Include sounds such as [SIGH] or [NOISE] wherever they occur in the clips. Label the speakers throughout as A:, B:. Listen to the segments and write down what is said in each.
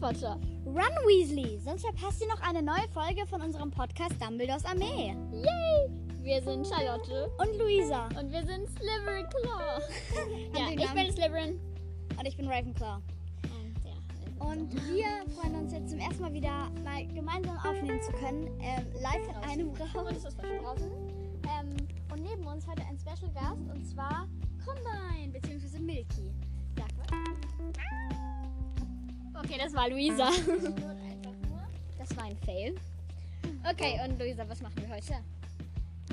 A: Potter.
B: Run Weasley, sonst verpasst ihr noch eine neue Folge von unserem Podcast Dumbledores Armee.
A: Yay! Wir sind Charlotte
B: Und
A: [LAUGHS]
B: Luisa.
A: und wir sind Slytherin. ja,
B: den Namen?
A: ich
B: Ähm,
A: bin Slytherin.
B: Und ich bin Ravenclaw.
A: Und ja,
B: Und wir freuen uns jetzt zum ersten Mal wieder mal gemeinsam aufnehmen zu können. Ähm, live in einem
A: Oh,
B: Raum.
A: das ist schon draußen.
B: Ähm, und neben uns heute ein Special Gast und zwar Combine bzw. Milky. Sag mal.
A: Okay, das war Luisa.
B: [LAUGHS] Das war ein Fail. Okay, und Luisa, was machen wir heute?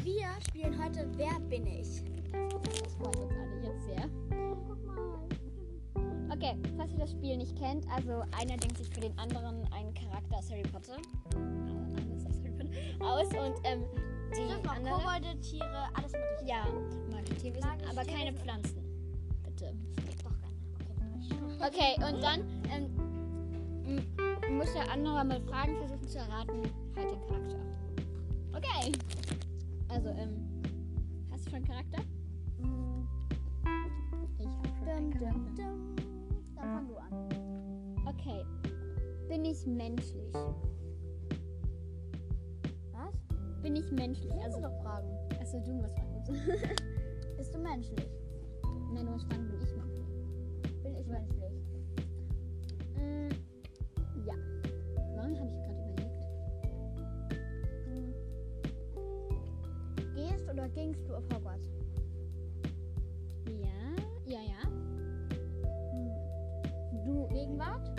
B: Wir spielen heute Wer bin ich?
A: Das freut uns alle jetzt sehr.
B: Okay, falls ihr das Spiel nicht kennt, also einer denkt sich für den anderen einen Charakter aus Harry Potter äh, alles aus, Harry Potter, aus und ähm, die andere.
A: Kobolde, Tiere, alles mögliche.
B: Ja, Marketing,
A: Magische
B: aber keine
A: Tierwesen.
B: Pflanzen. Bitte. Okay, und dann ähm, m- muss der andere mit Fragen versuchen zu erraten, halt den Charakter. Okay. Also, ähm, hast du schon einen Charakter? Ich hab schon einen Charakter.
A: Dann fang du an.
B: Okay. Bin ich menschlich?
A: Was?
B: Bin ich menschlich?
A: Also
B: Also,
A: doch Fragen.
B: also du musst [LAUGHS] fragen.
A: Bist du menschlich?
B: Nein, du musst fragen, bin ich menschlich?
A: Bin ich menschlich?
B: Mm, ja. Warum habe ich gerade überlegt?
A: Gehst oder gingst du auf Hogwarts?
B: Ja, ja, ja. Du,
A: Gegenwart?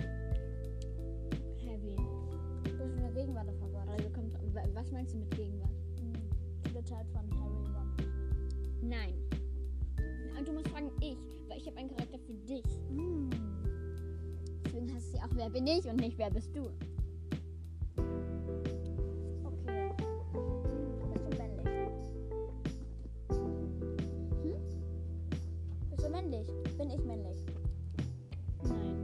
B: Heavy.
A: Bist du in der Gegenwart auf Hogwarts?
B: Also kommt, wa- was meinst du mit Gegenwart?
A: Zu Zeit von Harry Ron.
B: Nein. Und du musst fragen, ich, weil ich habe einen Charakter für dich.
A: Mm.
B: Deswegen heißt es ja auch, wer bin ich und nicht, wer bist du.
A: Okay. Bist du männlich? Hm? Bist du männlich? Bin ich männlich?
B: Nein.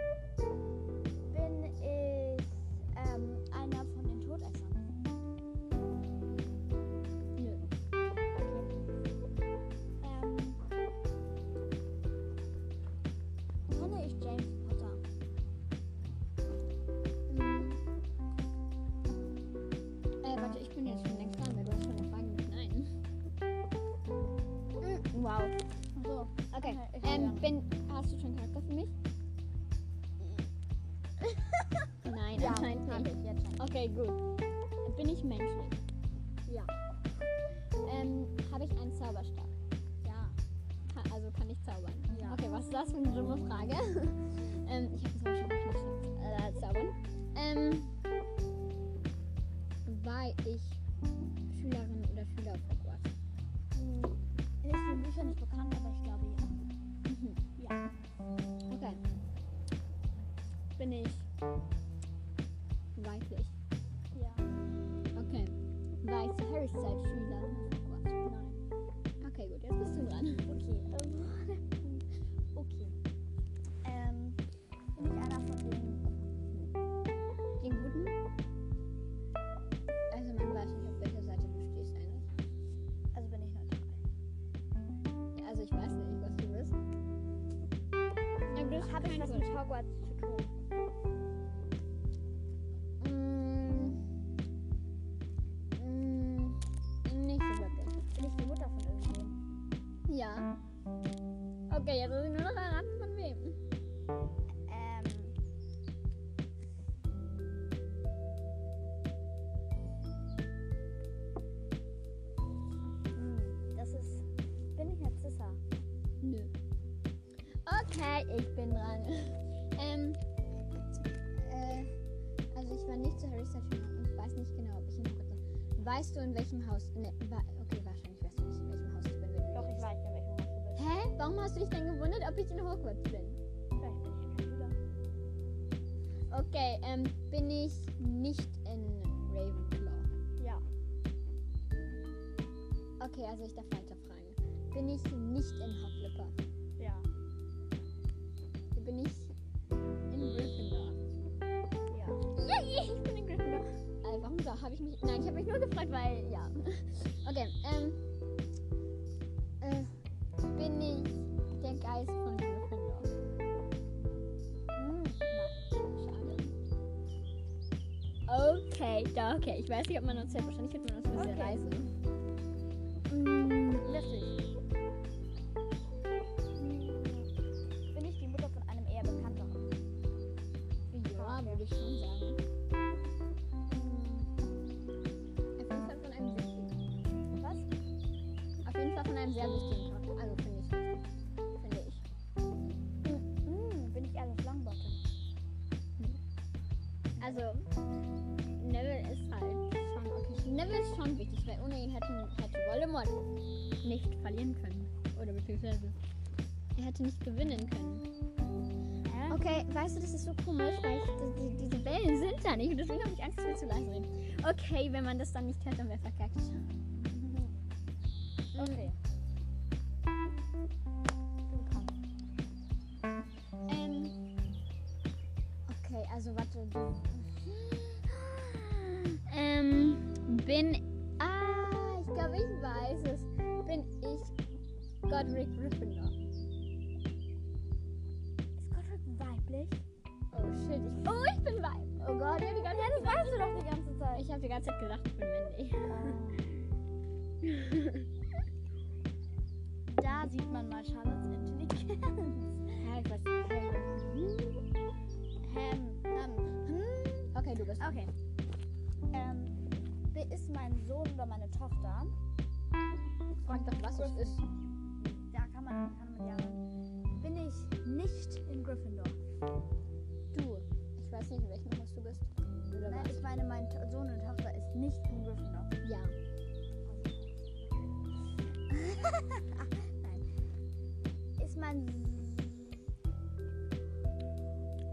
A: Okay. Ähm, bin ich ähm, einer von den Todessern?
B: Nö.
A: Ähm, kenne ich James Potter?
B: Mhm. Äh, warte, ich bin jetzt schon längst dran, weil du hast schon eine Frage mit Nein. Mhm. Wow.
A: So.
B: Okay.
A: Okay, ich
B: Ähm,
A: bin
B: bin, hast du schon einen Charakter für mich?
A: [LAUGHS]
B: Nein,
A: Ja,
B: anscheinend
A: hab
B: nicht.
A: ich jetzt schon.
B: Okay, gut. Bin ich menschlich?
A: Ja.
B: Ähm, habe ich einen Zauberstab?
A: Ja.
B: Ka- Also kann ich zaubern.
A: Ja.
B: Okay, was ist das für eine dumme Frage? [LAUGHS] ähm, ich habe zwar schon mal nicht äh, zaubern. Ähm, war ich Schülerin oder Schüler auf Hogwarts?
A: Hm. Ist den Büchern nicht bekannt, aber ich glaube ja.
B: Mhm.
A: Ja.
B: Okay. Bin ich weiblich?
A: Ja.
B: Okay. War ich zu Harrys Zeit Schüler auf Hogwarts?
A: Nein.
B: Okay, gut, jetzt bist du dran.
A: Okay. Okay. Ähm, bin ich einer von den.
B: Den guten? Also man weiß nicht, auf welcher Seite du stehst eigentlich.
A: Also bin ich neutral.
B: Ja, Also ich weiß nicht, was du bist. Ja, du bist
A: Habe ich
B: kein
A: was
B: Gold.
A: mit Hogwarts zu tun?
B: Mm. Mm. Nicht so wirklich.
A: Bin ich die Mutter von irgendjemandem?
B: Ja. Okay, jetzt muss ich nur noch erraten, von wem.
A: Ähm. Hm, Das ist. Bin ich eine Zissa?
B: Nö. Okay, ich bin dran. [LAUGHS] ähm, äh, also ich war nicht zu Harry's Zeit und weiß nicht genau, ob ich ihn hatte. Weißt du, in welchem Haus... Ne, wa okay, wahrscheinlich weißt du nicht, in welchem Haus ich bin. Wenn du
A: Doch, ich
B: liest.
A: weiß, in welchem Haus du bist.
B: Hä? Warum hast du dich dann gewundert, ob ich in Hogwarts bin?
A: Vielleicht bin ich ein Schüler.
B: Okay, ähm, bin ich nicht in Ravenclaw.
A: Ja.
B: Okay, also ich darf weiter fragen. Bin ich nicht in Hufflepuff?
A: Ja.
B: Bin ich in Gryffindor?
A: Ja.
B: Yay, ich bin in Gryffindor. Äh, warum da? Habe ich mich. Nein, ich habe mich nur gefragt, weil. Ja. Okay, ähm. Äh, bin ich der Geist von Gryffindor. Hm, nein, schade. Okay, da, okay. Ich weiß nicht, ob man uns hört. Wahrscheinlich hört man uns ein bisschen
A: Okay.
B: leise. Hm, lustig.
A: Bin ich die Mutter von einem eher bekannteren?
B: Ja, würde ich schon sagen. Hm. Auf jeden Fall von einem wichtigen.
A: Was?
B: Auf jeden Fall von einem sehr wichtigen Charakter. Also finde ich. Finde ich.
A: Hm, bin ich Alice Longbottom?
B: Also, Neville ist halt schon okay. Neville ist schon wichtig, weil ohne ihn hätte, hätte Voldemort nicht verlieren können. Oder beziehungsweise er hätte nicht gewinnen können.
A: Hä?
B: Okay, weißt du, das ist so komisch, weil ich, die, die, diese Wellen sind da nicht. Und deswegen habe ich Angst, dass wir zu leise reden. Okay, wenn man das dann nicht hört, dann wäre verkackt.
A: Okay.
B: Hm.
A: Du kannst.
B: Ähm. Okay, also warte. Du. Ähm, bin. Ah, ich glaube, ich weiß es. Bin ich Godric Gryffindor.
A: Ist Godric weiblich?
B: Oh shit, ich. Oh, ich bin Weib. Oh Gott, ich hab die ganze
A: Ja, das weißt du doch die ganze Zeit.
B: Ich habe die ganze Zeit gedacht, ich bin männlich.
A: [LAUGHS] Da sieht man mal Charlottes Intelligenz.
B: Hä, ich weiß nicht. Hä?
A: Hem, ähm, hm.
B: Okay, du bist.
A: Okay. Ähm, wer ist mein Sohn oder meine Tochter?
B: Frag doch, was es ist.
A: Da kann man, kann man ja. Bin ich nicht in Gryffindor?
B: Du. Ich weiß nicht, in welchem Haus du bist. Oder
A: Nein, ich meine, mein To- Sohn und Tochter ist nicht in Gryffindor.
B: was? Ja.
A: Ist mein.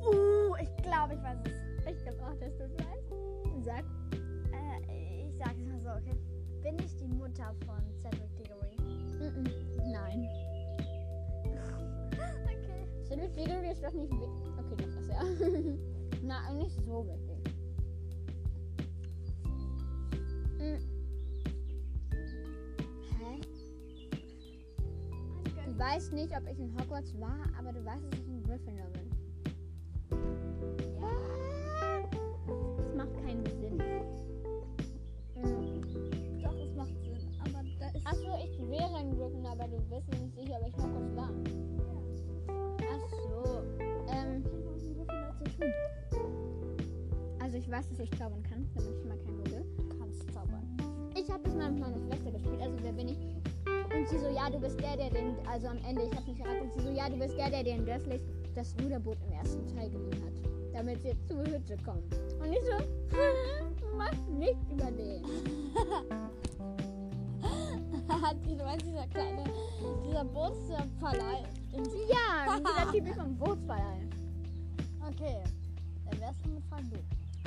A: Uh, ich glaube, ich weiß es.
B: Ich glaube auch, dass du es weißt. Sag.
A: Äh, ich sag's mal so, okay. Bin ich die Mutter von Cedric Diggory?
B: Mm-mm. Nein.
A: Okay.
B: Cedric Diggory ist doch nicht wichtig. Okay, doch, das ja. [LAUGHS] Na, nicht so wichtig. Hm. Hä? Du weißt nicht, ob ich in Hogwarts war, aber du weißt, dass ich in Gryffindor bin. Das macht keinen Sinn. Hm.
A: Doch, es macht Sinn, aber da ist.
B: Achso, ich wäre in Gryffindor, aber du bist nicht sicher, ob ich in Hogwarts war. Achso. Ähm, also ich weiß, dass ich zaubern kann, damit ich mal kein Google.
A: Du kannst zaubern.
B: Ich habe das mal mit meiner Schwester gespielt, also wer bin ich? Und sie so, ja, du bist der, der den, also am Ende, ich hab's nicht erraten, und sie so, ja, du bist der, der den Dörflich das Ruderboot im ersten Teil geliehen hat, damit wir zur Hütte kommen. Und ich so, mach nicht über den.
A: [LAUGHS] Hat die, du meinst, dieser kleine, dieser Bootsverleih. [LAUGHS]
B: Ja, dieser Typ ist vom Bootsverleih.
A: Okay. Dann wärst du mit Fragen du.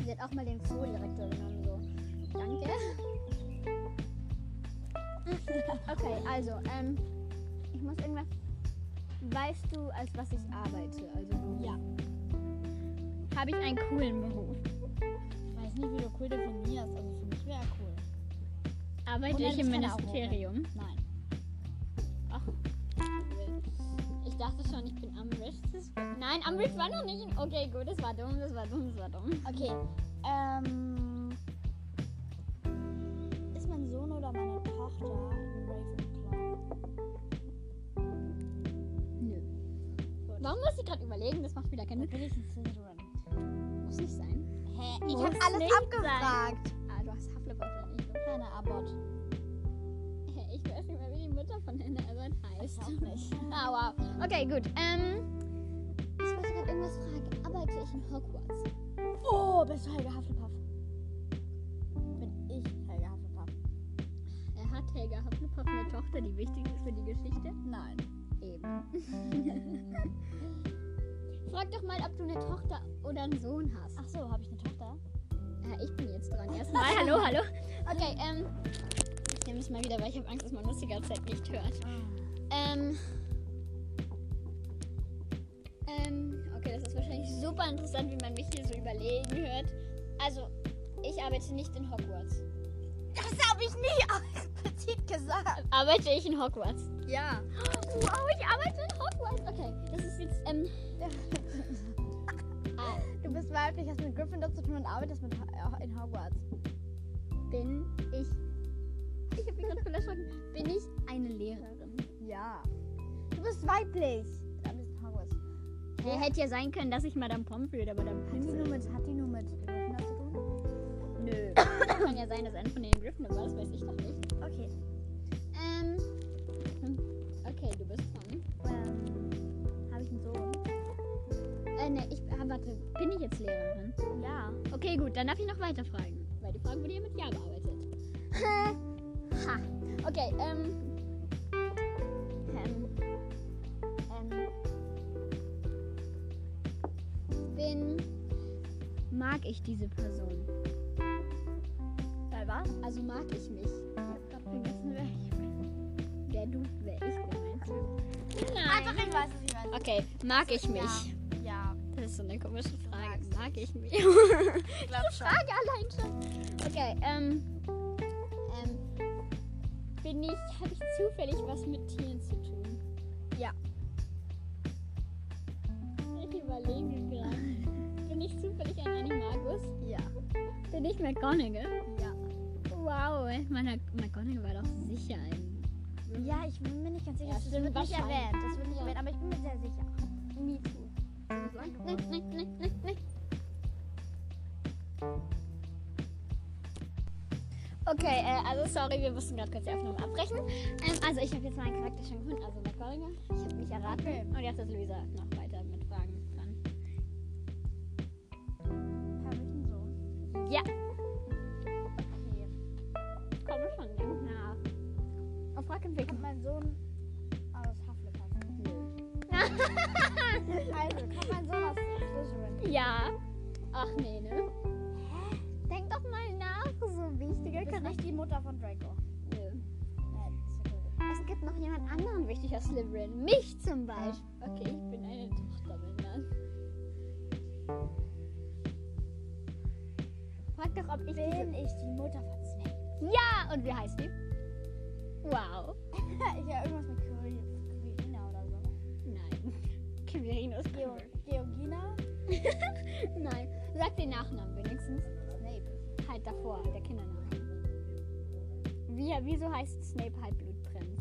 B: Sie hat auch mal den Zoodirektor genommen, so. Danke. [LAUGHS] Okay, also, ähm, ich muss irgendwas. Weißt du, als was ich arbeite? Also, du-
A: Ja.
B: Habe ich einen coolen Beruf?
A: Ich weiß nicht, wie du cool definierst. Also für mich wäre cool.
B: Arbeite
A: Moment,
B: ich im
A: ich kann auch
B: Ministerium?
A: Nein.
B: Ach, ich dachte schon, ich bin Umbridge. Das- Nein, Umbridge war noch nicht. in- Okay, gut, das war dumm, das war dumm, das war dumm.
A: Okay. Ähm. Ist mein Sohn oder meine Tochter in Ravenclaw?
B: Nö. Warum muss ich gerade überlegen? Das macht wieder
A: Dann
B: keinen
A: bin ich in Slytherin.
B: Muss nicht sein.
A: Hä?
B: Muss
A: Ich hab alles
B: nicht
A: abgefragt.
B: Ah, du hast Hufflepuff oder nicht?
A: Kleiner Abbott.
B: Hey, Ich weiß nicht mehr, wie die Mutter von Hannah Abbott heißt.
A: Ich auch nicht.
B: [LAUGHS] Ah, wow. Okay, gut. Ähm, ich wollte gerade irgendwas fragen. Arbeite ich in Hogwarts?
A: Oh, bist du Helga Hufflepuff? Bin ich Helga Hufflepuff?
B: Er hat Helga Hufflepuff eine Tochter, die wichtig ist für die Geschichte.
A: Nein.
B: Eben. Frag doch mal, ob du eine Tochter oder einen Sohn hast.
A: Ach so, habe ich eine Tochter?
B: Äh, ich bin jetzt dran. Erstmal
A: [LAUGHS]
B: hallo, hallo. Okay, ähm, ich nehme es mal wieder, weil ich habe Angst, dass man uns die ganze Zeit nicht hört. Ähm. Ähm, okay, das ist wahrscheinlich super interessant, wie man mich hier so überlegen hört. Also, ich arbeite nicht in Hogwarts.
A: Das habe ich nie [LAUGHS] explizit gesagt.
B: Arbeite ich in Hogwarts?
A: Ja.
B: Wow, ich arbeite in Hogwarts. Voice? Okay, das ist jetzt, ähm, ah,
A: Du bist weiblich, hast mit Gryffindor zu tun und arbeitest mit Ho- in Hogwarts.
B: bin ich. Ich habe mich gerade voll erschrocken. Bin ich eine Lehrerin?
A: Ja. Du bist weiblich. Du arbeitest in Hogwarts.
B: Ja. Hätte ja sein können, dass ich Madame Pomfrey aber dann
A: Hat die nur mit, hat die nur mit Gryffindor zu tun?
B: Nö. [COUGHS] Kann ja sein, dass einer von den Gryffindor war, das weiß ich doch nicht.
A: Okay.
B: Ähm. hm, Okay, du bist dran.
A: Ähm, habe ich einen Sohn?
B: Äh, ne, ich. Ah, warte, bin ich jetzt Lehrerin?
A: Ja. [LAUGHS]
B: Okay, gut, dann darf ich noch weiter fragen. Weil die Frage wurde ja mit Ja bearbeitet.
A: Ähm,
B: ha. Okay, ähm. Ähm. Ähm. Bin. Mag ich diese Person?
A: Bei was?
B: Also mag ich mich?
A: Ich hab grad vergessen, wer ich bin.
B: Wer du, wer ich bin, meinst du?
A: Ah, doch, ich weiß es, ich weiß es.
B: Okay, mag ich mich?
A: Ja. ja.
B: Das ist so eine komische Frage.
A: magst
B: Mag ich mich?
A: Ich glaube
B: [LAUGHS]
A: schon.
B: Frage allein schon. Okay, ähm. Ähm. Bin ich. Habe ich zufällig was mit Tieren zu tun?
A: Ja.
B: Ich überlege gerade. Bin ich zufällig ein Animagus?
A: Ja.
B: Bin ich McGonagall?
A: Ja.
B: Wow, meine McGonagall war doch sicher ein.
A: Ja, ich bin mir nicht ganz sicher.
B: Ja,
A: das
B: stimmt,
A: wird nicht
B: wahrscheinlich.
A: erwähnt. Das wird nicht
B: Ja.
A: erwähnt, aber ich bin mir sehr sicher.
B: Me too. Nein, nein, nein, nein, nein. Okay, äh, also sorry, wir mussten gerade kurz die Aufnahme abbrechen. Ähm, also ich habe jetzt meinen Charakter schon gefunden, also McGonagall. Ich habe mich erraten.
A: Okay.
B: Und jetzt ist Luisa noch weiter mit Fragen dran.
A: Habe ich einen Sohn?
B: Ja,
A: Okay.
B: komm schon, denk nach. Auf
A: Kommt
B: Rückentwicklung.
A: mein Sohn aus Hufflepuff? also, kommt mein Sohn aus
B: [LAUGHS]
A: Slytherin?
B: Ja. Ach nee, ne? Denk doch mal nach, so wichtiger
A: Das ist
B: Charakter.
A: nicht die Mutter von Draco.
B: Nö.
A: Nein, das ist ja cool.
B: Es gibt noch jemand anderen wichtig aus Slytherin. Mich zum Beispiel. Okay, ich bin eine Tochter, wenn dann. Frag doch, ob ich
A: Bin
B: diese...
A: ich die Mutter von Snape?
B: Ja! Und wie heißt die? Wow.
A: ich [LAUGHS] ja irgendwas mit Quir- Quirina oder so.
B: Nein. [LAUGHS] Quirinus
A: Geo
B: Georg.
A: Georgina?
B: Nein. Sag den Nachnamen wenigstens.
A: Snape.
B: Halt davor, der Kindername. Wie, wieso heißt Snape halt Halbblutprinz?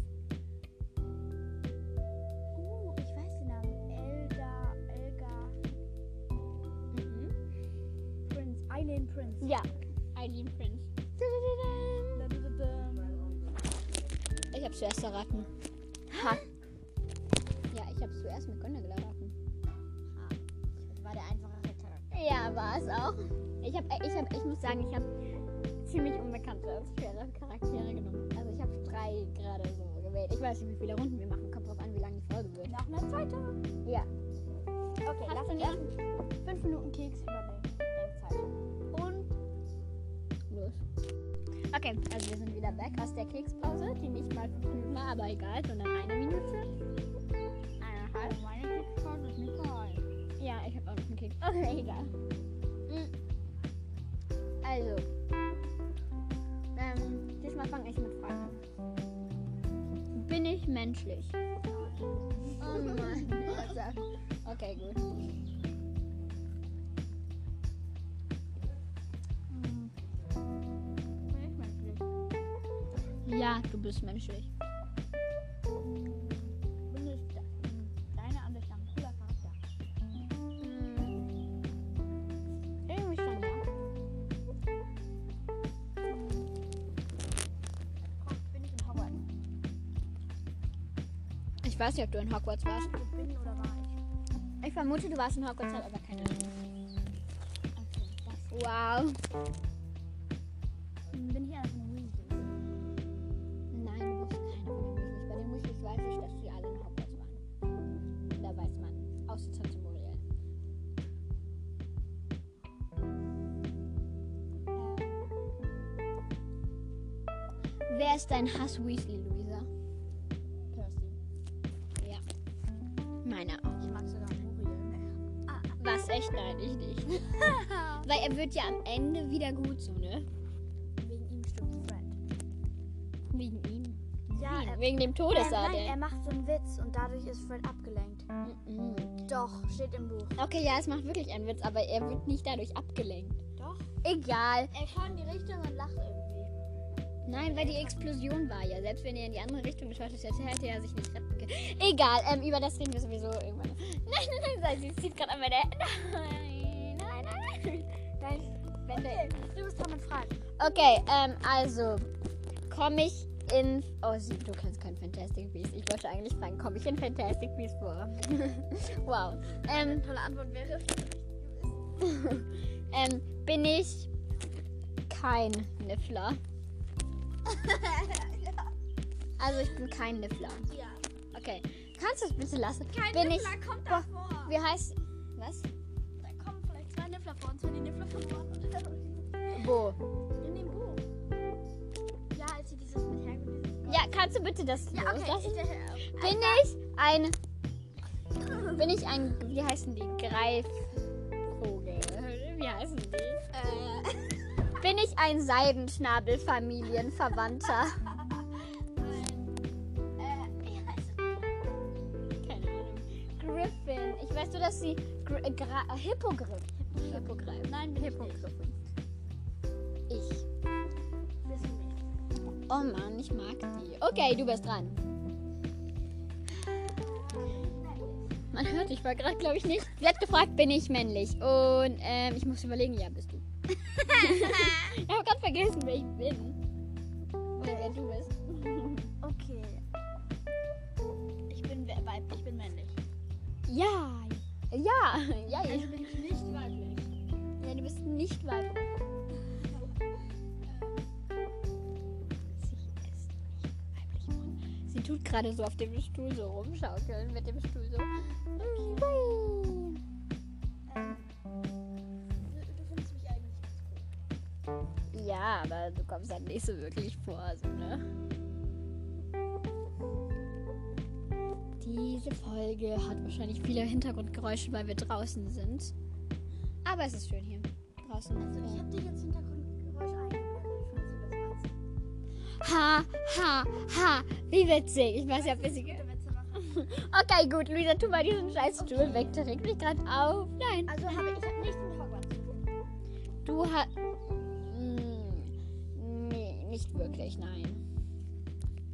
A: Uh, ich weiß den Namen. Elda, Elga,
B: Mhm.
A: Prince. Eileen Prince.
B: Ja. Eileen Prinz.
A: Da, da, da, da.
B: Ich hab's zuerst erraten. Ha. Ja, ich hab's zuerst mit Gondel erraten.
A: Das war der einfachere Charakter.
B: Ja, war es auch. Ich hab, äh, ich hab, ich muss sagen, ich hab ziemlich unbekannte als schwere Charaktere genommen. Also ich hab drei gerade so gewählt. Ich weiß nicht, wie viele Runden wir machen. Kommt drauf an, wie lange die Folge wird.
A: Noch eine zweite.
B: Ja.
A: Okay,
B: Hast
A: lass
B: du
A: uns
B: nicht?
A: erst fünf Minuten Keks überdenken. Denkzeit. Und
B: Los. Okay, also wir sind wieder weg aus der Kekspause, die nicht mal fünf Minuten war, aber egal, sondern eine Minute. Eineinhalb.
A: also meine Kekspause ist nicht vorbei.
B: Ja, ich habe auch noch einen Keks. Okay, egal. Mm. Also. Ähm, diesmal fange ich mit Fragen an. Bin ich menschlich? Oh mein
A: [LAUGHS]
B: Gott. Okay, gut.
A: Hm. Nicht menschlich.
B: Ja, du bist menschlich.
A: Bin ich de mh, deiner Ansicht nach ein cooler Charakter?
B: Irgendwie schon, ja.
A: Komm, bin ich in Hogwarts?
B: Ich weiß nicht, ob du in Hogwarts warst.
A: Ich bin oder war ich?
B: Ich vermute, du warst in Hogwarts, hab aber keine Ahnung.
A: Okay, das.
B: Wow.
A: Hm, Bin ich einer von den Weasleys?
B: Nein, du bist keiner von den Weasleys. Bei den Weasleys weiß ich, dass sie alle in Hogwarts waren. Da weiß man. Außer Tante Muriel. Ähm. Wer ist dein Hass-Weasley, Luisa?
A: Ähm, Percy.
B: Ja. Meiner auch.
A: Ich mag sogar [LAUGHS] Muriel.
B: Was? Echt? Nein, ich nicht. Weil er wird ja am Ende wieder gut, so, ne?
A: Wegen ihm stirbt Fred.
B: Wegen ihm.
A: Ja,
B: Nein,
A: er,
B: wegen dem
A: er, nein, er
B: Todesadel.
A: macht so einen Witz und dadurch ist Fred abgelenkt.
B: Mhm.
A: Doch, steht im Buch.
B: Okay, ja, es macht wirklich einen Witz, aber er wird nicht dadurch abgelenkt.
A: Doch.
B: Egal.
A: Er schaut in die Richtung und lacht irgendwie.
B: Nein, weil die Explosion war ja. Selbst wenn er in die andere Richtung geschaut hätte, hätte er sich nicht retten können. Egal, ähm, über das reden wir sowieso irgendwann. [LAUGHS] Nein, nein, nein, sie zieht gerade an meine. [LAUGHS] Nein, nein, nein, nein.
A: Nein,
B: Wenn der-
A: okay, Äh, du bist dran mit Fragen.
B: Okay, ähm, also komme ich in. Oh, sie, du kennst kein Fantastic Beasts. Ich wollte eigentlich fragen, komme ich in Fantastic Beasts vor? [LAUGHS] wow. Ähm,
A: Tolle Antwort wäre.
B: [LAUGHS] ähm, bin ich kein Niffler? Also ich bin kein Niffler.
A: ja.
B: Okay. Kannst du es bitte lassen?
A: Kein
B: bin
A: Niffler kommt da vor.
B: ich. Wie heißt. Was?
A: Da kommen vielleicht zwei Niffler vor uns, wenn die Niffler von vorne.
B: Wo?
A: In dem Buch. Ja, als sie dieses mit Herkules.
B: Ja, kannst du bitte das
A: Ja,
B: loslassen?
A: okay. Ich,
B: Bin ich ein. Bin ich ein. Wie heißen die? Greifvogel. Wie heißen die?
A: äh,
B: Bin ich ein Seidenschnabelfamilienverwandter?
A: äh, ja, also,
B: Keine Ahnung. Griffin. Ich weiß nur, dass sie. Gr äh, Gra äh, Hippogriff. Hippogriff.
A: nein, bin ich nicht.
B: Ich.
A: Bist du nicht.
B: Oh Mann, ich mag die. Okay, du bist dran. Man hört, ich war gerade, glaube ich, nicht. Sie hat gefragt, bin ich männlich? Und ähm, ich muss überlegen, ja, bist du. ich habe gerade vergessen, wer ich bin. Oder wer du bist.
A: Okay. Ich bin we- weib, ich bin männlich. Also
B: Ja, ja, ja, ja.
A: bin ich nicht weiblich.
B: ja du bist nicht weiblich. Sie ist nicht weiblich. Sie tut gerade so auf dem Stuhl so rumschaukeln, mit dem Stuhl so. Hui.
A: Ähm, Du, du findest mich eigentlich ganz cool.
B: Ja, aber du kommst dann nicht so wirklich vor, so, ne? Diese Folge hat wahrscheinlich viele Hintergrundgeräusche, weil wir draußen sind. Aber es ist schön hier. Draußen.
A: Also ich hab dir jetzt Hintergrundgeräusch eingeblendet, falls du das meinst.
B: Ha, ha, ha. Wie witzig. Ich weiß ja, ob wir sie.
A: Gute Witze machen.
B: Okay, gut, Luisa, tu mal diesen scheiß Stuhl weg. Der regt mich gerade auf. Nein.
A: Also habe ich hab nichts mit Hogwarts zu tun.
B: Du hast. Nee, nicht wirklich, nein.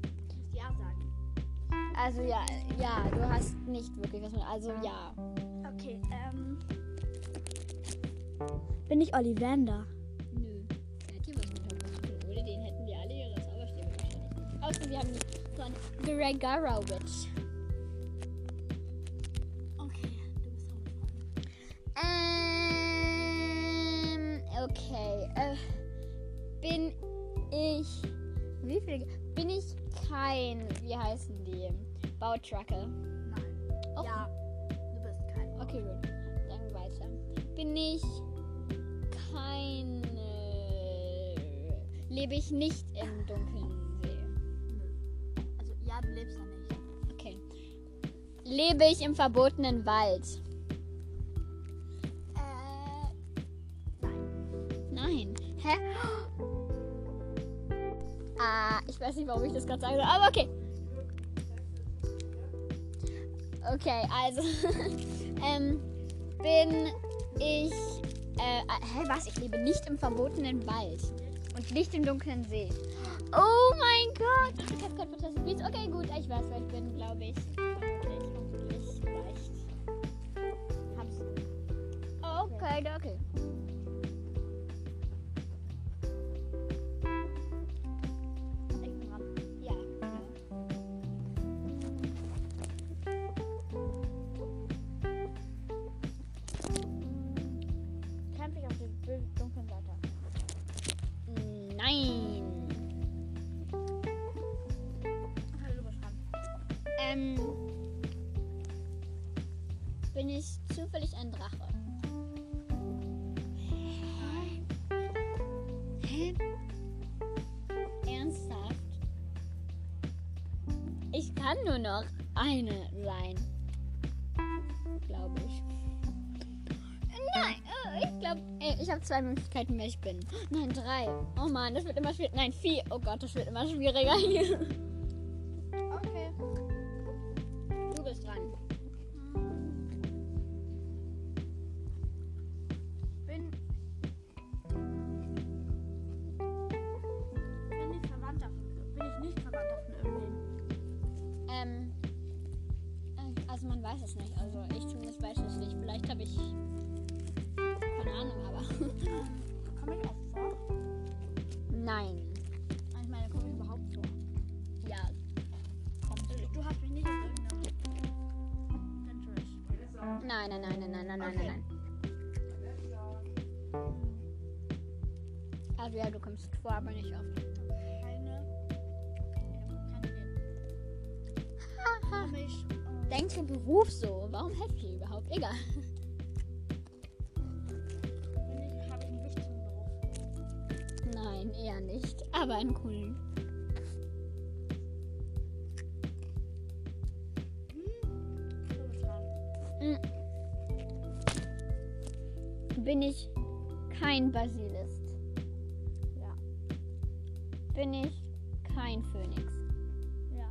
A: Du musst ja sagen.
B: Also ja, ja, du hast nicht wirklich was mit. Also ja.
A: Okay, ähm. Bin ich Ollivander?
B: Nö. Der hat hier was mit Hogwarts zu tun. Ohne den hätten wir alle ihre Zauberstäbe wahrscheinlich. Außer wir haben von Gregara Witch.
A: Okay, du bist dran mit Fragen.
B: Ähm, okay. Äh, bin ich. Wie viel? Bin ich kein. Wie heißen die? Bautrucker.
A: Nein.
B: Oh.
A: Ja, du bist kein.
B: Okay, gut. Dann weiter. Bin ich kein. Äh, lebe ich nicht im dunklen See.
A: Also, ja, du lebst da nicht.
B: Okay. Lebe ich im verbotenen Wald?
A: Äh. Nein.
B: Nein. Hä? [GASPS] Ah, ich weiß nicht, warum ich das gerade sage, aber okay. Okay, also. [LAUGHS] ähm, bin ich. Äh, äh, hä, was? Ich lebe nicht im verbotenen Wald. Und nicht im dunklen See. Oh mein Gott! Ich hab grad Fantastic Beasts. Okay, gut, ich weiß, wer ich bin, glaube ich. Vermutlich, hoffentlich, vielleicht. Hab's. Okay, okay.
A: Ich bin dran.
B: Ja, genau.
A: Kämpfe ich auf der bösen, dunklen Seite.
B: Nein.
A: Okay, du bist dran.
B: Ähm, bin ich zufällig ein Drache? Hä? Ernsthaft? Ich kann nur noch eine sein. Glaube ich. Nein, äh, ich glaube, ich habe zwei Möglichkeiten, wer ich bin. Nein, drei. Oh Mann, das wird immer schwieriger. [LAUGHS] Nein, vier. Oh Gott, das wird immer schwieriger. Okay. Du bist dran.
A: Bin. Bin ich verwandt davon? Bin ich nicht verwandt davon irgendwen?
B: Ähm, äh, also man weiß es nicht. Also ich zumindest weiß es nicht. Vielleicht habe ich keine Ahnung, aber
A: Komme ich oft vor?
B: nein.
A: Ich meine, komme ich überhaupt vor?
B: Ja,
A: Du, du hast mich nicht ne? auf irgendeinem Pinterest.
B: nein, nein, nein, nein, nein, nein, nein,
A: Okay.
B: nein. Also ja, du kommst vor, aber nicht oft.
A: Keine. [LAUGHS] Ich habe keine Idee. Komme ich. ähm,
B: Denkst du Beruf so? Warum Heavy überhaupt? Egal.
A: Bin ich. Habe ich einen wichtigen Beruf?
B: Nein, eher nicht. Aber einen coolen.
A: Du bist dran.
B: Bin ich kein Basilist?
A: Ja.
B: Bin ich kein Phönix?
A: Ja.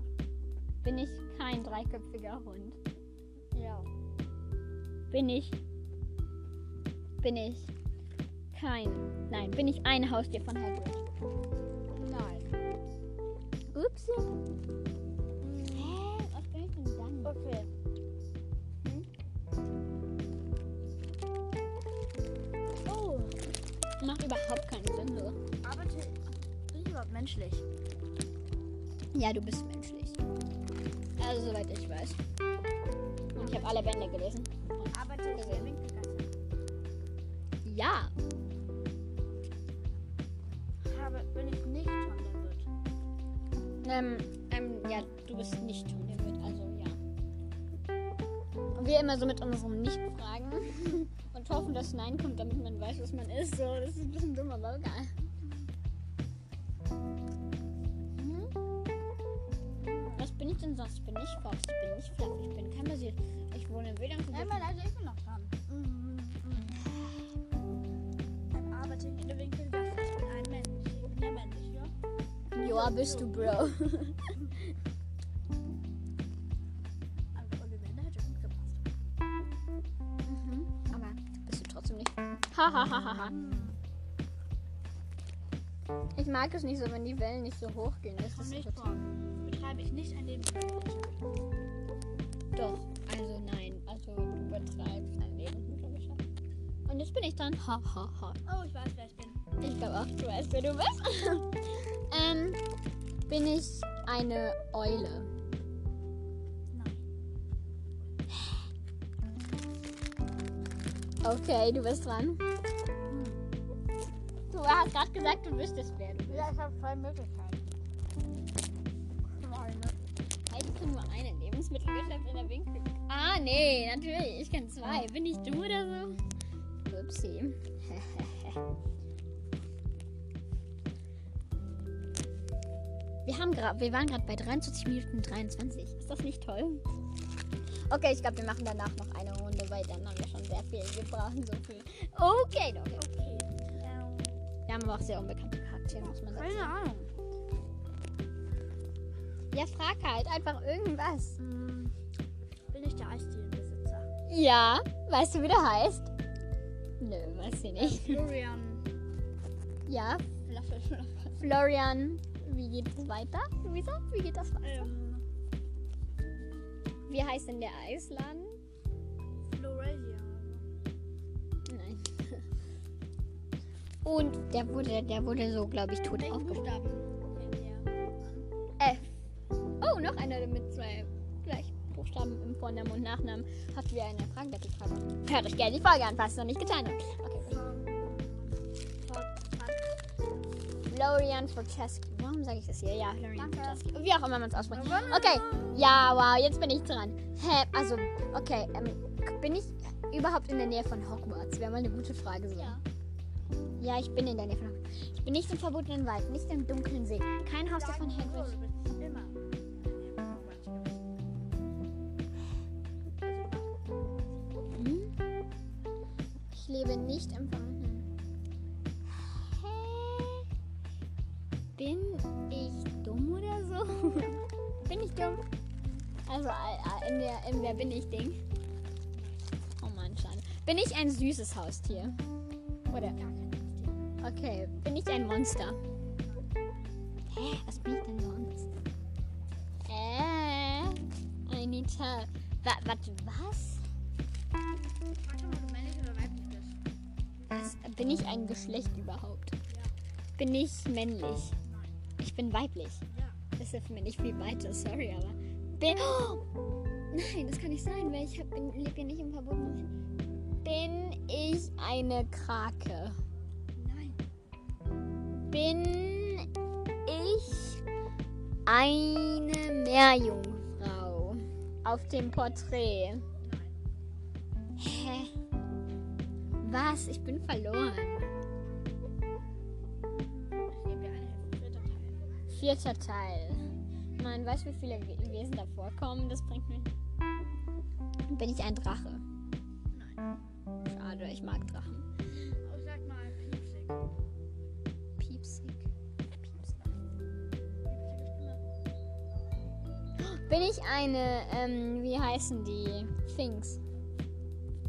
B: Bin ich kein dreiköpfiger Hund?
A: Ja.
B: Bin ich. Bin ich. Kein. Nein, bin ich ein Haustier von Hagrid?
A: Nein.
B: Ups. Hä? Was bin ich denn dann?
A: Okay.
B: Oh. Macht überhaupt keinen Sinn. so.
A: Arbeite. Bin ich überhaupt menschlich?
B: Ja, du bist menschlich. Also, soweit ich weiß. Und ich habe alle Bände gelesen.
A: Arbeite ich
B: Gesehen.
A: im Winkelgasse?
B: Ja.
A: Habe. Bin ich nicht von der Wirt?
B: Ähm, ähm, ja, du bist nicht Tom der Wirt, also ja. Und wir immer so mit unserem Nicht-Fragen [LAUGHS] und hoffen, dass Nein kommt, damit man weiß, was man ist. So, das ist ein bisschen dumm, aber egal. Hm? Was bin ich denn sonst? Ich bin nicht Fox, ich bin nicht Fluff, ich bin kein Basil. Ich wohne in Wedern.
A: Einmal, also ich bin noch dran. Arbeite ich in der Winkelgasse? Ich bin ein Mensch. Ich bin ja männlich, ja?
B: Joa, bist du, Bro.
A: Aber Ollivander hätte gut gepasst.
B: Aber bist du trotzdem nicht. Hahaha. ich mag es nicht so, wenn die Wellen nicht so hoch gehen. Das
A: Komm
B: ist
A: nicht
B: total-
A: vor. Betreibe ich nicht ein Leben.
B: Doch, also nein. Also du übertreibst dein Leben, glaube ich. schon. Und jetzt bin ich dran. Ha, ha, ha.
A: Oh, ich weiß, wer ich bin.
B: Ich glaube auch, du weißt, wer du bist. [LAUGHS] ähm, bin ich eine Eule?
A: Nein.
B: Okay, du bist dran. Du hast gerade gesagt, du wüsstest, wer du bist.
A: Ja, ich habe zwei Möglichkeiten. Keine.
B: Hey, ich kann ne? nur eine Lebensmittelgeschäft in der Winkel. Ah, nee, natürlich. Ich kann zwei. Bin ich du oder so? Upsi. [LAUGHS] Wir, haben gra- wir waren gerade bei 23 Minuten 23. Ist das nicht toll? Okay, ich glaube, wir machen danach noch eine Runde, weil dann haben wir schon sehr viel. Wir brauchen so viel. Okay, okay.
A: Okay. Ähm,
B: Wir haben aber auch sehr unbekannte Charaktere, muss man sagen.
A: keine Ahnung.
B: Ja, frag halt einfach irgendwas.
A: Hm, Bin ich der Eisdielenbesitzer?
B: Ja, weißt du, wie der heißt? Nö, weiß ich nicht.
A: Florian.
B: Ja,
A: Flaffel.
B: Florian, wie geht es weiter? Luisa, wie geht das weiter?
A: Ähm,
B: Wie heißt denn der Eisladen?
A: Florelia.
B: Nein. [LAUGHS] Und der wurde, der wurde so, glaube ich, tot
A: Welchen
B: aufgeschnitten.
A: Buchstaben? kennt ihr?
B: F. Oh, noch einer mit zwei gleichen Buchstaben im Vornamen und Nachnamen. Habt ihr eine Fragenbettelfrage? Hört euch gerne die Folge an, falls ihr es noch nicht getan habt. Okay. Florian Forteski. Warum sage ich das hier? Ja, Florian
A: Danke.
B: Forteski. Wie auch immer man es ausspricht. Okay, ja, wow, jetzt bin ich dran. Hä, also, okay, ähm, bin ich überhaupt in der Nähe von Hogwarts? Wäre mal eine gute Frage so.
A: Ja.
B: Ja, ich bin in der Nähe von Hogwarts. Ich bin nicht im verbotenen Wald, nicht im dunklen See. Kein Haus der von Hagrid.
A: Immer.
B: Hm? Ich lebe nicht im verbotenen [LAUGHS] Hä? Bin ich dumm oder so? bin ich Richtung. Also äh, äh, in der, in der bin ich Ding. Oh Mann, schade. Bin ich ein süßes Haustier? Oder? Okay, bin ich ein Monster? Hä? Was bin ich denn sonst? Äh, Anita. Wa, wat, was?
A: Frag doch mal, ob du männlich oder weiblich bist.
B: Was? Bin ich ein Geschlecht überhaupt? Bin ich männlich? Ich bin weiblich.
A: Ja.
B: Das hilft mir nicht viel weiter, sorry, aber. Bin. Oh! Nein, das kann nicht sein, weil ich hab- bin- lebe ja nicht im verbotenen Land. Bin ich eine Krake?
A: Nein.
B: Bin ich eine Meerjungfrau auf dem Porträt?
A: Nein.
B: Hä? Was? Ich bin verloren.
A: Ich gebe dir eine Hälfte. Dritter Teil.
B: Vierter Teil. Man weiß, wie viele We Wesen da vorkommen. Das bringt mich. Bin ich ein Drache?
A: Nein.
B: Schade, ich mag Drachen.
A: Aber Oh, sag mal, piepsig.
B: Piepsig. Piepsig.
A: Piepsige Stimme.
B: Bin ich eine, ähm, wie heißen die? Things.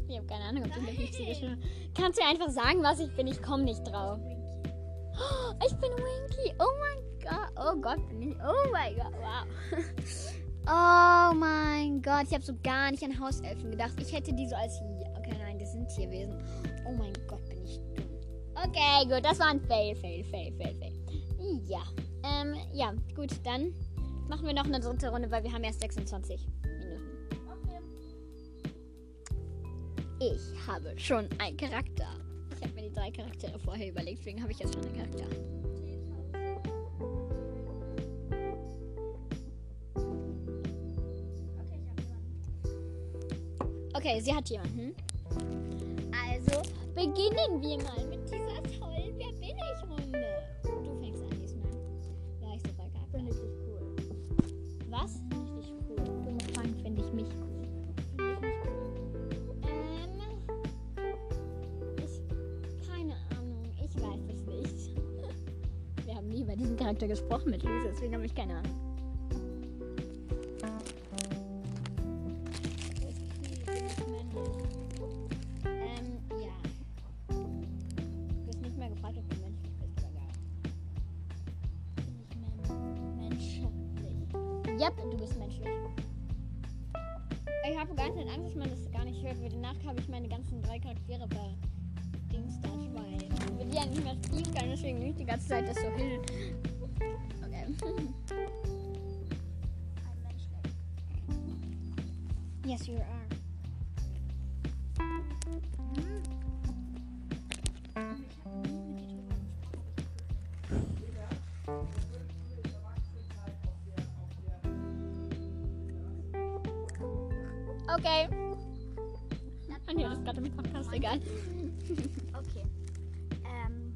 B: Ich habe keine Ahnung, ob die eine piepsige Stimme. Kannst du mir einfach sagen, was ich bin? Ich komme nicht drauf.
A: Winky.
B: Oh, [GASPS] ich bin Winky. Oh mein Gott. Oh Gott, bin ich. Oh mein Gott. Wow. [LAUGHS] Oh mein Gott. Ich habe so gar nicht an Hauselfen gedacht. Ich hätte die so als. Ja- Okay, nein, das sind Tierwesen. Oh mein Gott, bin ich dumm. Okay, gut. Das war ein Fail, Fail, Fail, Fail, Fail. Ja. Ähm, ja, gut. Dann machen wir noch eine dritte Runde, weil wir haben erst 26 Minuten.
A: Okay.
B: Ich habe schon einen Charakter. Ich habe mir die drei Charaktere vorher überlegt, deswegen habe ich jetzt schon einen Charakter.
A: Okay, ich hab jemanden.
B: Okay, sie hat jemanden. Also beginnen wir mal mit dieser tollen Wer bin ich Runde. Du fängst an diesmal. Ja, ich sogar gar
A: Finde ich nicht cool.
B: Was?
A: Richtig cool.
B: Du musst fragen, finde ich mich cool.
A: Finde ich nicht cool.
B: Ähm. Ich. Keine Ahnung. Ich weiß es nicht. [LAUGHS] Wir haben nie über diesen Charakter gesprochen mit Lisa, deswegen habe ich keine Ahnung. Ähm, ja. Du hast nicht mehr gefragt, ob du menschlich bist oder gar nicht.
A: Bin ich men- menschlich?
B: Yep, du bist menschlich. Ich habe die ganze Zeit Angst, dass man das gar nicht hört, weil danach habe ich meine ganzen drei Charaktere bei Dienstag, weil wir die ja nicht mehr spielen können, deswegen nehme ich die ganze Zeit das so hin. Okay.
A: Ein Mensch.
B: Yes, you are. Okay. Und ja, das ist gerade im Podcast, egal.
A: Okay. Ähm.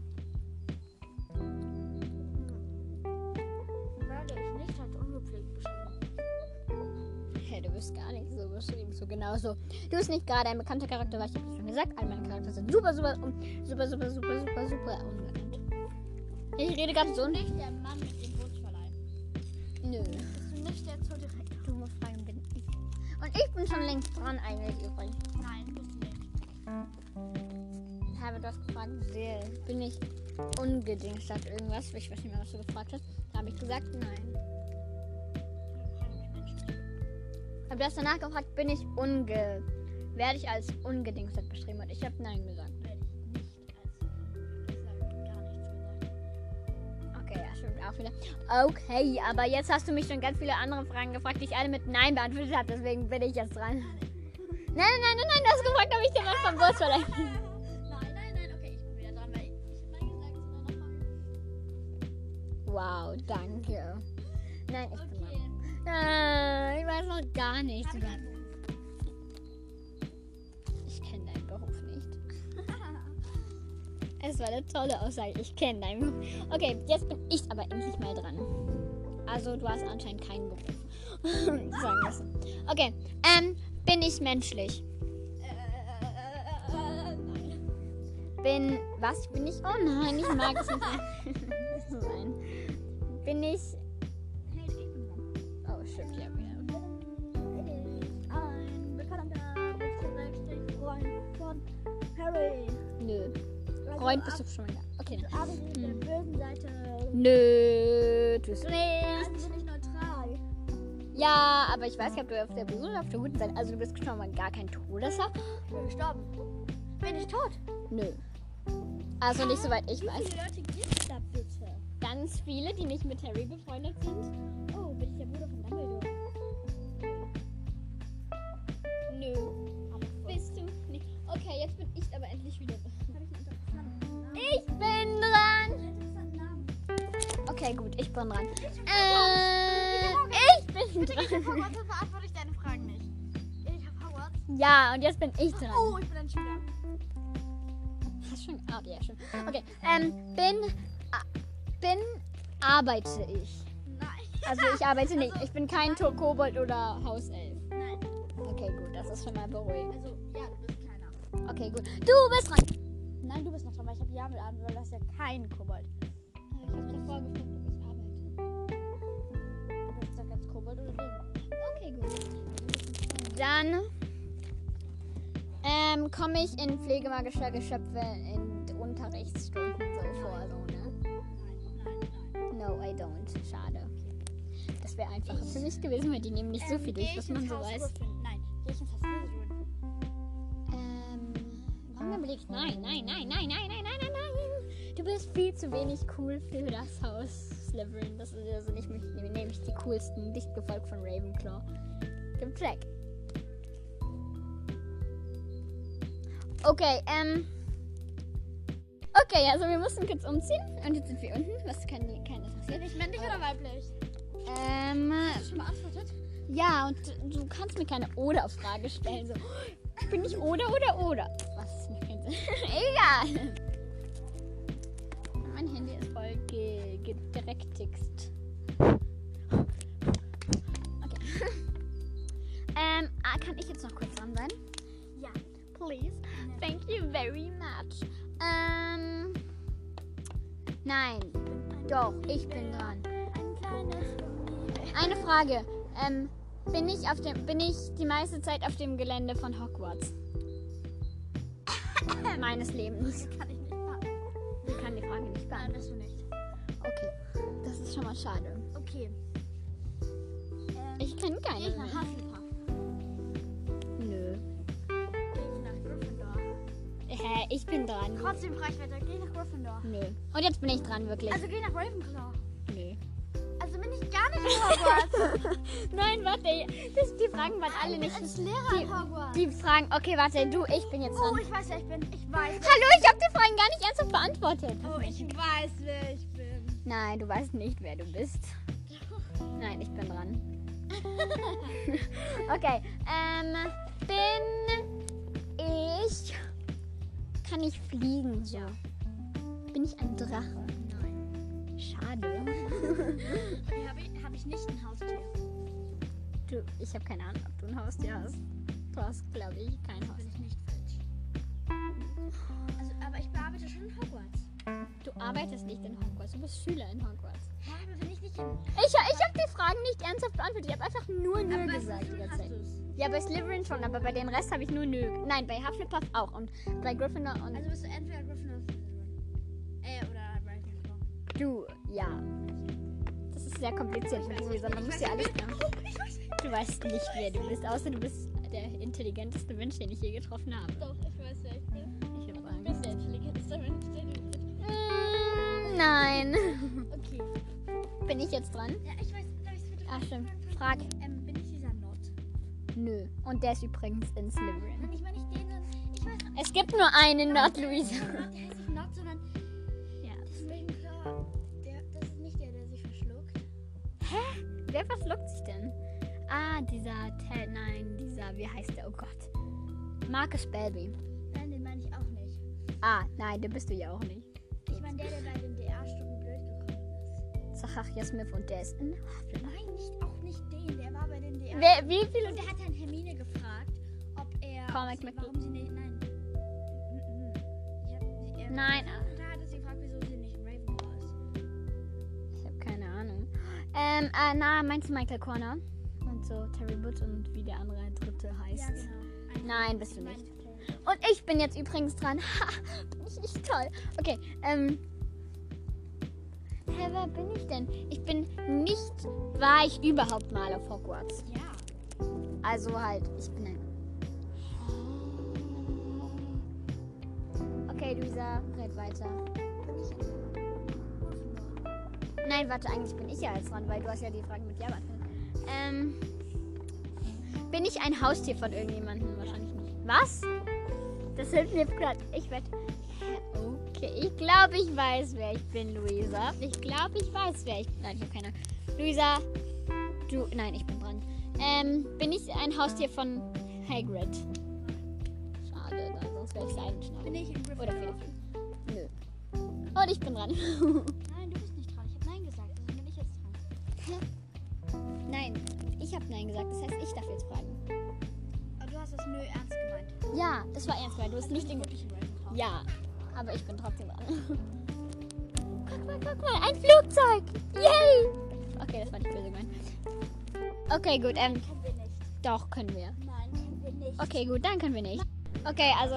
A: Hm. Werde ich nicht als ungepflegt beschrieben.
B: Hey, du bist gar nicht so beschrieben, so genau so. Du bist nicht gerade ein bekannter Charakter, weil ich habe schon gesagt, all meine Charaktere sind super, super, un- super, super, super, super, super unbekannt. Ich rede gerade so nicht.
A: Nicht der Mann mit dem Wunschverleih.
B: Nö.
A: Bist du nicht der Zoodirektor?
B: Du musst fragen, bin ich. Und ich bin schon längst dran eigentlich übrigens.
A: Nein, bist du nicht.
B: Ich habe das gefragt, sehr. Bin ich ungedingt statt irgendwas? Ich weiß nicht mehr, was du gefragt hast. Da habe ich gesagt, nein. Habe das danach gefragt, bin ich unge. Werde ich als ungedingt statt beschrieben? Und ich habe nein gesagt.
A: Werde ich nicht als. Ich sag gar nichts gesagt.
B: Okay, ja, stimmt auch wieder. Okay, aber jetzt hast du mich schon ganz viele andere Fragen gefragt, die ich alle mit Nein beantwortet habe, deswegen bin ich jetzt dran. Nein, nein, nein, nein, nein, du hast gefragt, ob ich dir was vom Bus verleihe.
A: Nein, nein, nein, okay, ich bin wieder dran, weil ich ich hab Nein gesagt zu deiner Frage.
B: Wow, danke. Nein, ich bin
A: Okay.
B: mal. Äh, ich weiß noch gar nichts
A: Hab ich
B: über.
A: einen Beruf?
B: Ich kenne deinen Beruf nicht. [LAUGHS] Es war eine tolle Aussage. Ich kenne deinen Beruf. Okay, jetzt bin ich aber endlich mal dran. Also, du hast anscheinend keinen Beruf. [LAUGHS] Sagen wir es. Okay, ähm, bin ich menschlich?
A: Äh, nein.
B: Bin. Was? Bin ich. Oh nein, ich mag es nicht. [LAUGHS] Nein. Bin ich.
A: Hey, ich bin dran.
B: Oh, stimmt, ja.
A: Böse.
B: Nö.
A: Also
B: Freund
A: ab-
B: bist du schon mal da. Okay. ne.
A: Aber mit der bösen Seite.
B: Nö, tust du
A: Also
B: nicht.
A: bin ich neutral.
B: Ja, aber ich weiß gar nicht, ob du auf der Bösen oder auf der Guten Seite. Also du bist schon mal gar kein Todesser.
A: Ich bin gestorben. Äh, Bin ich tot?
B: Nö. Also nicht soweit ich
A: Wie
B: weiß.
A: viele Leute gibt's da bitte?
B: Ganz viele, die nicht mit Harry befreundet sind.
A: Oh, bin ich der Bruder von Dumbledore?
B: Nö.
A: Aber voll.
B: Bist du nicht. Okay, jetzt bin ich aber endlich wieder dran.
A: Hab ich einen interessanten Namen?
B: Ich bin dran.
A: Einen interessanten Namen.
B: Okay, gut, ich bin dran.
A: Ich
B: Äh, ich bin dran.
A: Hogwarts verantworte ich deine Fragen nicht. Ich hab Hogwarts.
B: Ja, und jetzt bin ich dran.
A: Oh, ich bin ein Schüler.
B: Hast schon. Ah, ja, schon. Okay. Ähm, bin. a- Bin. Arbeite ich.
A: Nein.
B: Also ich arbeite nicht.
A: Also,
B: Ich bin kein To- Kobold oder Hauself.
A: Nein.
B: Okay, gut, das ist schon mal beruhigend.
A: Also, ja, du bist keiner.
B: Okay, gut. Du bist dran.
A: Nein, du bist noch dran, weil ich habe Ja mit an, weil du hast ja keinen Kobold.
B: Ich habe davor gefragt, ob ich arbeite.
A: Du bist doch ganz Kobold oder Ding.
B: Okay, gut. Dann ähm, komme ich in pflegemagischer Geschöpfe in Unterrichtsstunden so vor, so, ne?
A: Nein, nein, nein.
B: No, I don't. Schade. Das wäre einfacher für mich gewesen, weil die nehmen
A: Ähm,
B: nicht so viel durch, was man so weiß.
A: Nein, geh ich ins Haus Gryffindor.
B: Ähm, warum überlegt? Nein, nein, nein, nein, nein, nein, nein, nein, nein. Du bist viel zu wenig cool für das Haus Slytherin. Das ist also nicht mit, nämlich die coolsten, dicht gefolgt von Ravenclaw. Dem Track. Okay, ähm. Okay, also wir mussten kurz umziehen und jetzt sind wir unten, was kann keiner
A: Bin
B: passiert.
A: ich männlich oder weiblich?
B: Ähm,
A: Schon beantwortet?
B: ja, und du kannst mir keine Oder-Frage stellen. So, "Oh, bin ich oder oder oder? Was ist mir kein Sinn. [LAUGHS] Egal. Mein Handy ist voll ge gedrecktigst. Okay. [LAUGHS] ähm, ah, kann ich jetzt noch kurz dran sein?
A: Ja.
B: Please. Thank you very much. Ähm. Nein. Doch, ich bin dran.
A: Ein kleines.
B: Eine Frage. Ähm, bin ich auf dem, bin ich die meiste Zeit auf dem Gelände von
A: [LAUGHS]
B: Hogwarts? Meines Lebens.
A: Kann ich nicht beantworten.
B: Ich kann die Frage nicht
A: Nein,
B: beantworten.
A: bist du nicht.
B: Okay. Das ist schon mal schade.
A: Okay. Ähm,
B: Ich kenne
A: Gehe ich
B: keine.
A: nach Hufflepuff?
B: Nö.
A: Gehe ich nach Gryffindor?
B: Hä, ich bin dran.
A: Trotzdem frage ich weiter. Gehe ich nach Gryffindor?
B: Nö. Und jetzt bin ich dran, wirklich.
A: Also gehe ich nach Ravenclaw?
B: Nö.
A: Also bin ich [LAUGHS] gar nicht in Hogwarts.
B: Nein, warte. Das, die Fragen waren alle nicht.
A: Als Lehrer in Hogwarts.
B: Die Fragen. Okay, warte, du, ich bin jetzt
A: Oh,
B: dran.
A: ich weiß, wer ich bin. Ich weiß.
B: Hallo, ich habe die Fragen gar nicht ernsthaft beantwortet.
A: Oh, ich weiß, wer ich bin.
B: Nein, du weißt nicht, wer du bist. Nein, ich bin
A: [LAUGHS]
B: dran. okay, ähm, bin ich. Kann ich fliegen? So. Bin ich ein Drache?
A: Nein.
B: Schade.
A: Okay, habe ich, hab ich nicht ein Haustier?
B: Du, ich habe keine Ahnung, ob du ein Haustier hast. Du hast, glaube ich, kein
A: Also bin
B: Haustier.
A: ich nicht falsch. Also, aber ich bearbeite schon in Hogwarts.
B: Du arbeitest nicht in Hogwarts, du bist Schüler in Hogwarts.
A: Ja, aber bin ich nicht in...
B: Ich, ich habe die Fragen nicht ernsthaft beantwortet. Ich habe einfach nur nö
A: Aber
B: gesagt die
A: schon
B: ganze
A: hast
B: Zeit.
A: du's.
B: Ja, bei Slytherin schon, aber bei dem Rest habe ich nur nö. Nein, bei Hufflepuff auch und bei Gryffindor und
A: Also bist du entweder Gryffindor oder Slytherin. Äh, oder Ravenclaw.
B: du. Ja. Das ist sehr kompliziert mit
A: Ich weiß
B: dieser. Man
A: nicht,
B: muss
A: ich
B: ja
A: weiß
B: alles.
A: nicht, wer- Oh, ich weiß nicht.
B: Du weißt nicht, wer du bist, außer du bist der intelligenteste Mensch, den ich je getroffen habe.
A: Doch, ich weiß, wer ich bin.
B: Ich würde
A: Ich
B: sagen.
A: bin der intelligenteste Mensch, den du getroffen
B: Mm, Nein.
A: hast. Okay.
B: Bin ich jetzt dran?
A: Ja, ich weiß, darf ich bitte
B: Ach, stimmt.
A: fragen?
B: Frag.
A: Ähm, bin ich dieser Not?
B: Nö. Und der ist übrigens in Slytherin.
A: Nein, ich meine nicht den, sondern ich weiß
B: Es gibt nur einen
A: Nein,
B: Nord Luisa.
A: Der heißt nicht Not, sondern
B: Ja.
A: deswegen klar, der, das ist nicht der, der sich verschluckt.
B: Wer verschluckt sich denn? Ah, dieser Ted. Nein, dieser. Wie heißt der? Oh Gott. Marcus Belby.
A: Nein, den meine ich auch nicht.
B: Ah, nein, der bist du ja auch nicht.
A: Ich meine der, der bei den DR-Stunden blöd gekommen ist.
B: Zacharias Smith und der ist in Hufflepuff.
A: Nein, nicht, auch nicht den, der war bei den DR.
B: Wer, wie viele?
A: Und der hat dann Hermine gefragt, ob er.
B: Cormac
A: ob sie,
B: McGee-
A: warum sie nicht. Nein. Mhm. Ich hab, sie, er,
B: Nein.
A: Da hat er sie gefragt, wieso sie nicht Ravenclaw ist.
B: Ich habe keine Ahnung. Ähm, äh, na, meinst du Michael Corner? Und so Terry Wood und wie der andere dritte heißt.
A: Ja, genau. Ein-
B: Nein, bist du
A: Nein,
B: nicht.
A: okay.
B: Und ich bin jetzt übrigens dran. [LAUGHS] Ha, bin ich nicht toll. Okay, ähm. Hä, wer bin ich denn? Ich bin nicht, war ich überhaupt mal auf Hogwarts.
A: Ja.
B: Also halt, ich bin ein. Okay, Luisa, red weiter.
A: Bin ich Gryffindor?
B: Nein, warte, eigentlich bin ich ja jetzt dran, weil du hast ja die Fragen mit Ja beantwortet. Ähm. Bin ich ein Haustier von irgendjemandem? Wahrscheinlich nicht. Was? Das hilft mir gerade. Ich wette. Okay, ich glaube, ich weiß, wer ich bin, Luisa. Ich glaube, ich weiß, wer ich bin. Nein, ich habe keine Ahnung. Luisa, du. Nein, ich bin dran. Ähm, bin ich ein Haustier von Hagrid? Schade, dann sonst wäre ich sein
A: Bin ich in Gryffindor?
B: Oder Felix. Nö. Und ich bin dran.
A: Nein, du bist nicht dran. Ich habe Nein gesagt. Also bin ich jetzt dran.
B: [LAUGHS] Nein, ich habe Nein gesagt. Das heißt, ich darf jetzt fragen.
A: Aber du hast das Nö ernst gemeint.
B: Ja, das war ernst gemeint. Du hast
A: Also bin
B: nicht
A: ich
B: in.
A: wirklich in Ravenclaw.
B: Ja, aber ich bin trotzdem dran. [LAUGHS] guck mal, guck mal, ein Flugzeug! Yay! Okay, das war nicht böse gemeint. Okay, gut, ähm,
A: Können wir nicht.
B: doch, können wir.
A: Nein, können wir nicht.
B: Okay, gut, dann können wir nicht. Okay, also.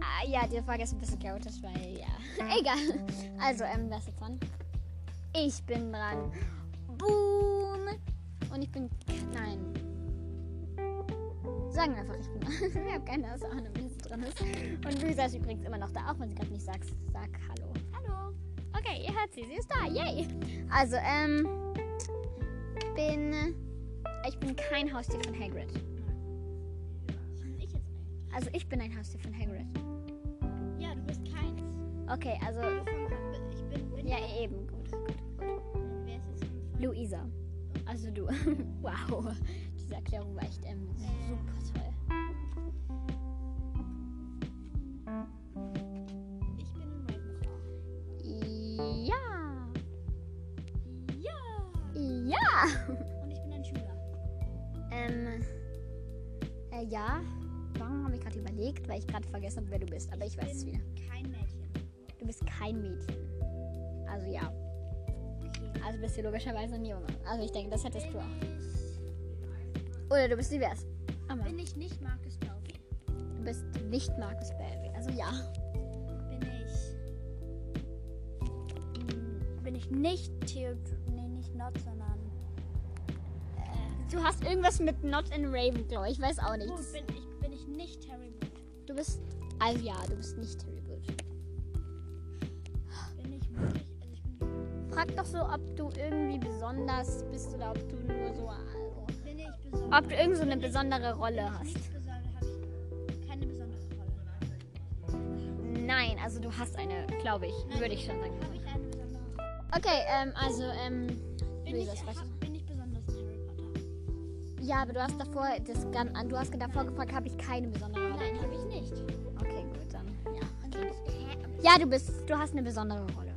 B: Ah, ja, die Frage ist ein bisschen chaotisch, weil ja. [LAUGHS] Egal. Also, ähm, das jetzt dran. Ich bin dran. Boom! Und ich bin. Nein. Sagen wir einfach, ich bin dran. [LAUGHS] Wir haben keine Ahnung, wer jetzt dran ist. Und Luisa ist übrigens immer noch da, auch wenn sie gerade nicht sagt. Sag Hallo.
A: Hallo.
B: Okay, ihr hört sie, sie ist da, yay! Also, ähm, bin, ich bin kein Haustier von Hagrid.
A: Bin ich jetzt ein?
B: Also, ich bin ein Haustier von Hagrid.
A: Ja, du bist keins.
B: Okay, also,
A: Du fängst an. Ich bin, bin
B: ja, eben, gut, gut.
A: Wer ist jetzt von
B: Luisa. Also du. [LAUGHS] wow. Diese Erklärung war echt ähm, super toll.
A: Ich bin in Ravenclaw.
B: Ja.
A: Ja.
B: Ja.
A: Und ich bin ein Schüler.
B: Ähm, äh, ja. Warum habe ich gerade überlegt? Weil ich gerade vergessen habe, wer du bist. Aber ich weiß es
A: bin
B: wieder.
A: Kein Mädchen.
B: Du bist kein Mädchen. Also ja.
A: Okay.
B: Also bist du logischerweise ein Junge. Also ich denke, das hättest du auch. Oder du bist divers. Aber
A: Bin ich nicht Marcus Belby?
B: du bist nicht Markus Belvey. Also ja.
A: Bin ich. Mm, Bin ich nicht Theodor. Nee, nicht Not, sondern. Äh,
B: Du hast irgendwas mit Not in Ravenclaw. Ich weiß auch
A: oh,
B: nichts.
A: bin, ich, bin ich nicht Terry Wood?
B: Du bist. Also ja, du bist nicht Terry Good.
A: Bin ich wirklich. Also ich bin,
B: Frag doch so, ob du irgendwie besonders bist oder ob du nur so. Also,
A: bin ich besonders.
B: ob du irgend so eine besondere Rolle
A: Bin ich
B: hast.
A: nicht besonders. Habe ich keine besondere Rolle.
B: Nein, also du hast eine, glaube ich.
A: Nein,
B: Würde ich schon sagen.
A: Habe ich eine besondere Rolle?
B: Okay, ähm, also, ähm.
A: Bin ich,
B: Luisa, das weißt
A: hab, bin ich besonders in Harry Potter?
B: Ja, aber du hast davor das Gan an. Du hast davor gefragt, habe ich keine besondere Rolle.
A: Nein, habe ich nicht.
B: Okay, gut, dann. Ja.
A: Und bin ich, hä, aber
B: Ja, du bist. Du hast eine besondere Rolle.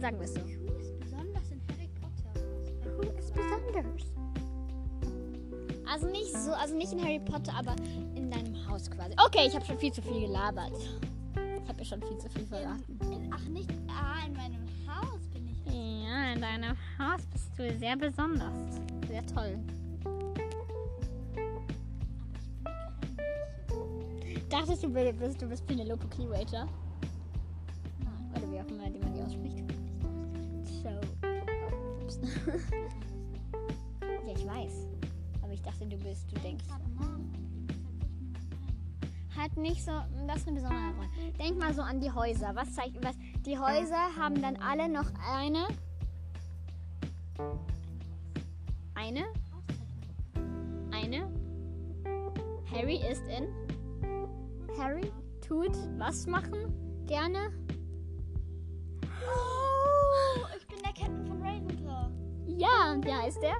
B: Sagen wir es so.
A: Who ist besonders in Harry Potter?
B: Who is besonders? Also nicht so, also nicht in Harry Potter, aber in deinem Haus quasi. Okay, ich habe schon viel zu viel gelabert. Ich habe ja schon viel zu viel verraten.
A: In, ach, nicht. Ah, in meinem Haus bin ich.
B: Ja, in deinem Haus bist du sehr besonders. Sehr toll. Dachtest du, du bist, du bist Penelope Keywater?
A: Nein.
B: Oder wie auch immer, die man die ausspricht. So. [LAUGHS] Ups. ja, ich weiß. Aber ich dachte, du bist, du denkst. hat Halt nicht so, das ist eine besondere Rolle. Denk mal so an die Häuser. Was zeigt, was, die Häuser haben dann alle noch eine, eine, eine. Harry ist in. Harry tut was machen? Gerne.
A: Oh, ich bin der Captain von Ravenclaw.
B: Ja, wie heißt der?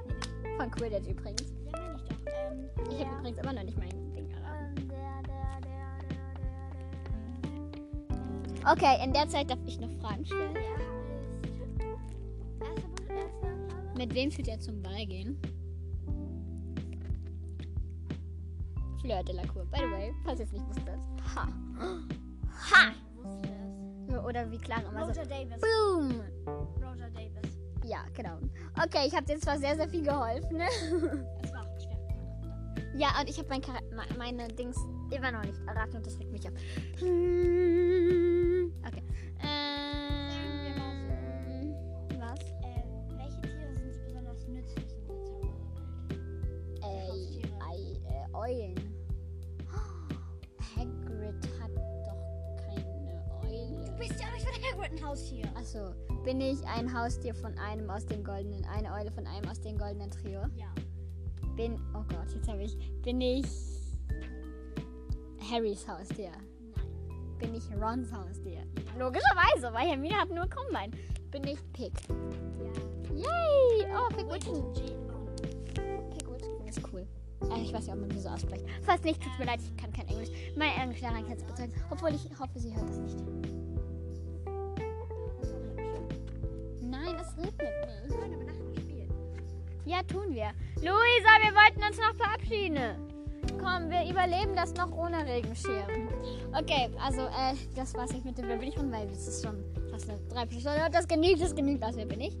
B: Von Quidditch übrigens.
A: Ja, meine ich doch. Ähm,
B: Ich
A: der,
B: habe übrigens immer noch nicht mein Ding. erraten.
A: ähm, der, der, der, der, der,
B: Okay, in der Zeit darf ich noch Fragen
A: der,
B: stellen.
A: der heißt. Erster Buch, erster Name.
B: Mit wem tut er zum Ball gehen? Fleur Delacour. By the way, falls ihr es nicht wusstet. Ha. Ha!
A: Wusste es.
B: Oder wie klang immer so.
A: Roger Davis.
B: Boom!
A: Roger Davis.
B: Ja, genau. Okay, ich habe dir zwar sehr, sehr viel geholfen. Ne?
A: Es war auch ein Stern.
B: Ja, und ich habe mein Chara- me- meine Dings immer noch nicht erraten und das regt mich ab. Hm. Okay. Ähm, was?
A: Äh, welche Tiere sind besonders nützlich in der Zaubererwelt?
B: Ey, ei, äh, Eulen. Hagrid hat doch keine Eule.
A: bist ja auch nicht von Hagrid ein Haustier.
B: Achso, bin ich ein Haustier von einem aus den goldenen, eine Eule von einem aus den goldenen Trio?
A: Ja.
B: Bin, oh Gott, jetzt habe ich, bin ich Harrys Haustier?
A: Nein.
B: Bin ich Rons Haustier? Logischerweise, weil Hermine hat nur Krummbein. Bin ich Pig? Yay! Oh, Pigwidgeon.
A: Jane
B: Pigwidgeon ist cool. Äh, ich weiß nicht, ob man die so ausspricht. Falls nicht, tut mir leid, ich kann kein Englisch. Meine Englischlehrerin kann es bezeugen, obwohl ich hoffe, sie hört das nicht. Nein, es regnet nicht.
A: Freunde, wir machen ein Spiel.
B: Ja, tun wir. Luisa, wir wollten uns noch verabschieden. Komm, wir überleben das noch ohne Regenschirm. Okay, also äh, das war's jetzt mit dem Wer bin ich und weil es ist schon fast eine Dreiviertelstunde und das genügt, das genügt, also wer bin ich.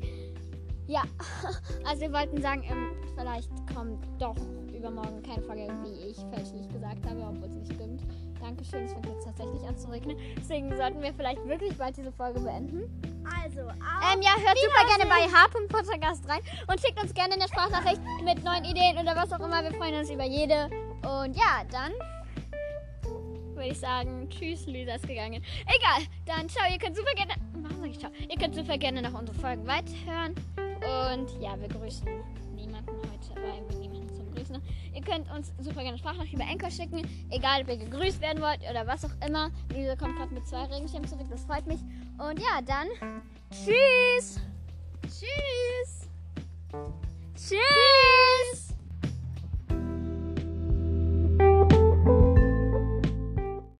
B: Ja, [LAUGHS] also wir wollten sagen, ähm, vielleicht kommt doch übermorgen keine Folge, wie ich fälschlich gesagt habe, obwohl es nicht stimmt. Dankeschön, es fängt jetzt tatsächlich an zu regnen. Deswegen sollten wir vielleicht wirklich bald diese Folge beenden.
A: Also,
B: Ähm, ja, hört super gerne bei H.Podcast rein und schickt uns gerne eine Sprachnachricht mit neuen Ideen oder was auch immer. Wir freuen uns über jede. Und ja, dann würde ich sagen, tschüss, Lisa ist gegangen. Egal, dann ciao, ihr könnt super gerne. Warum sag ich ciao? Ihr könnt super gerne nach unseren Folgen weiterhören. Und ja, wir grüßen niemanden heute, aber irgendwie niemanden zum Grüßen. Ihr könnt uns super gerne Sprachnachrichten über Anchor schicken, egal ob ihr gegrüßt werden wollt oder was auch immer. Lisa kommt gerade mit zwei Regenschirmen zurück, das freut mich. Und ja, dann tschüss! Tschüss! Tschüss!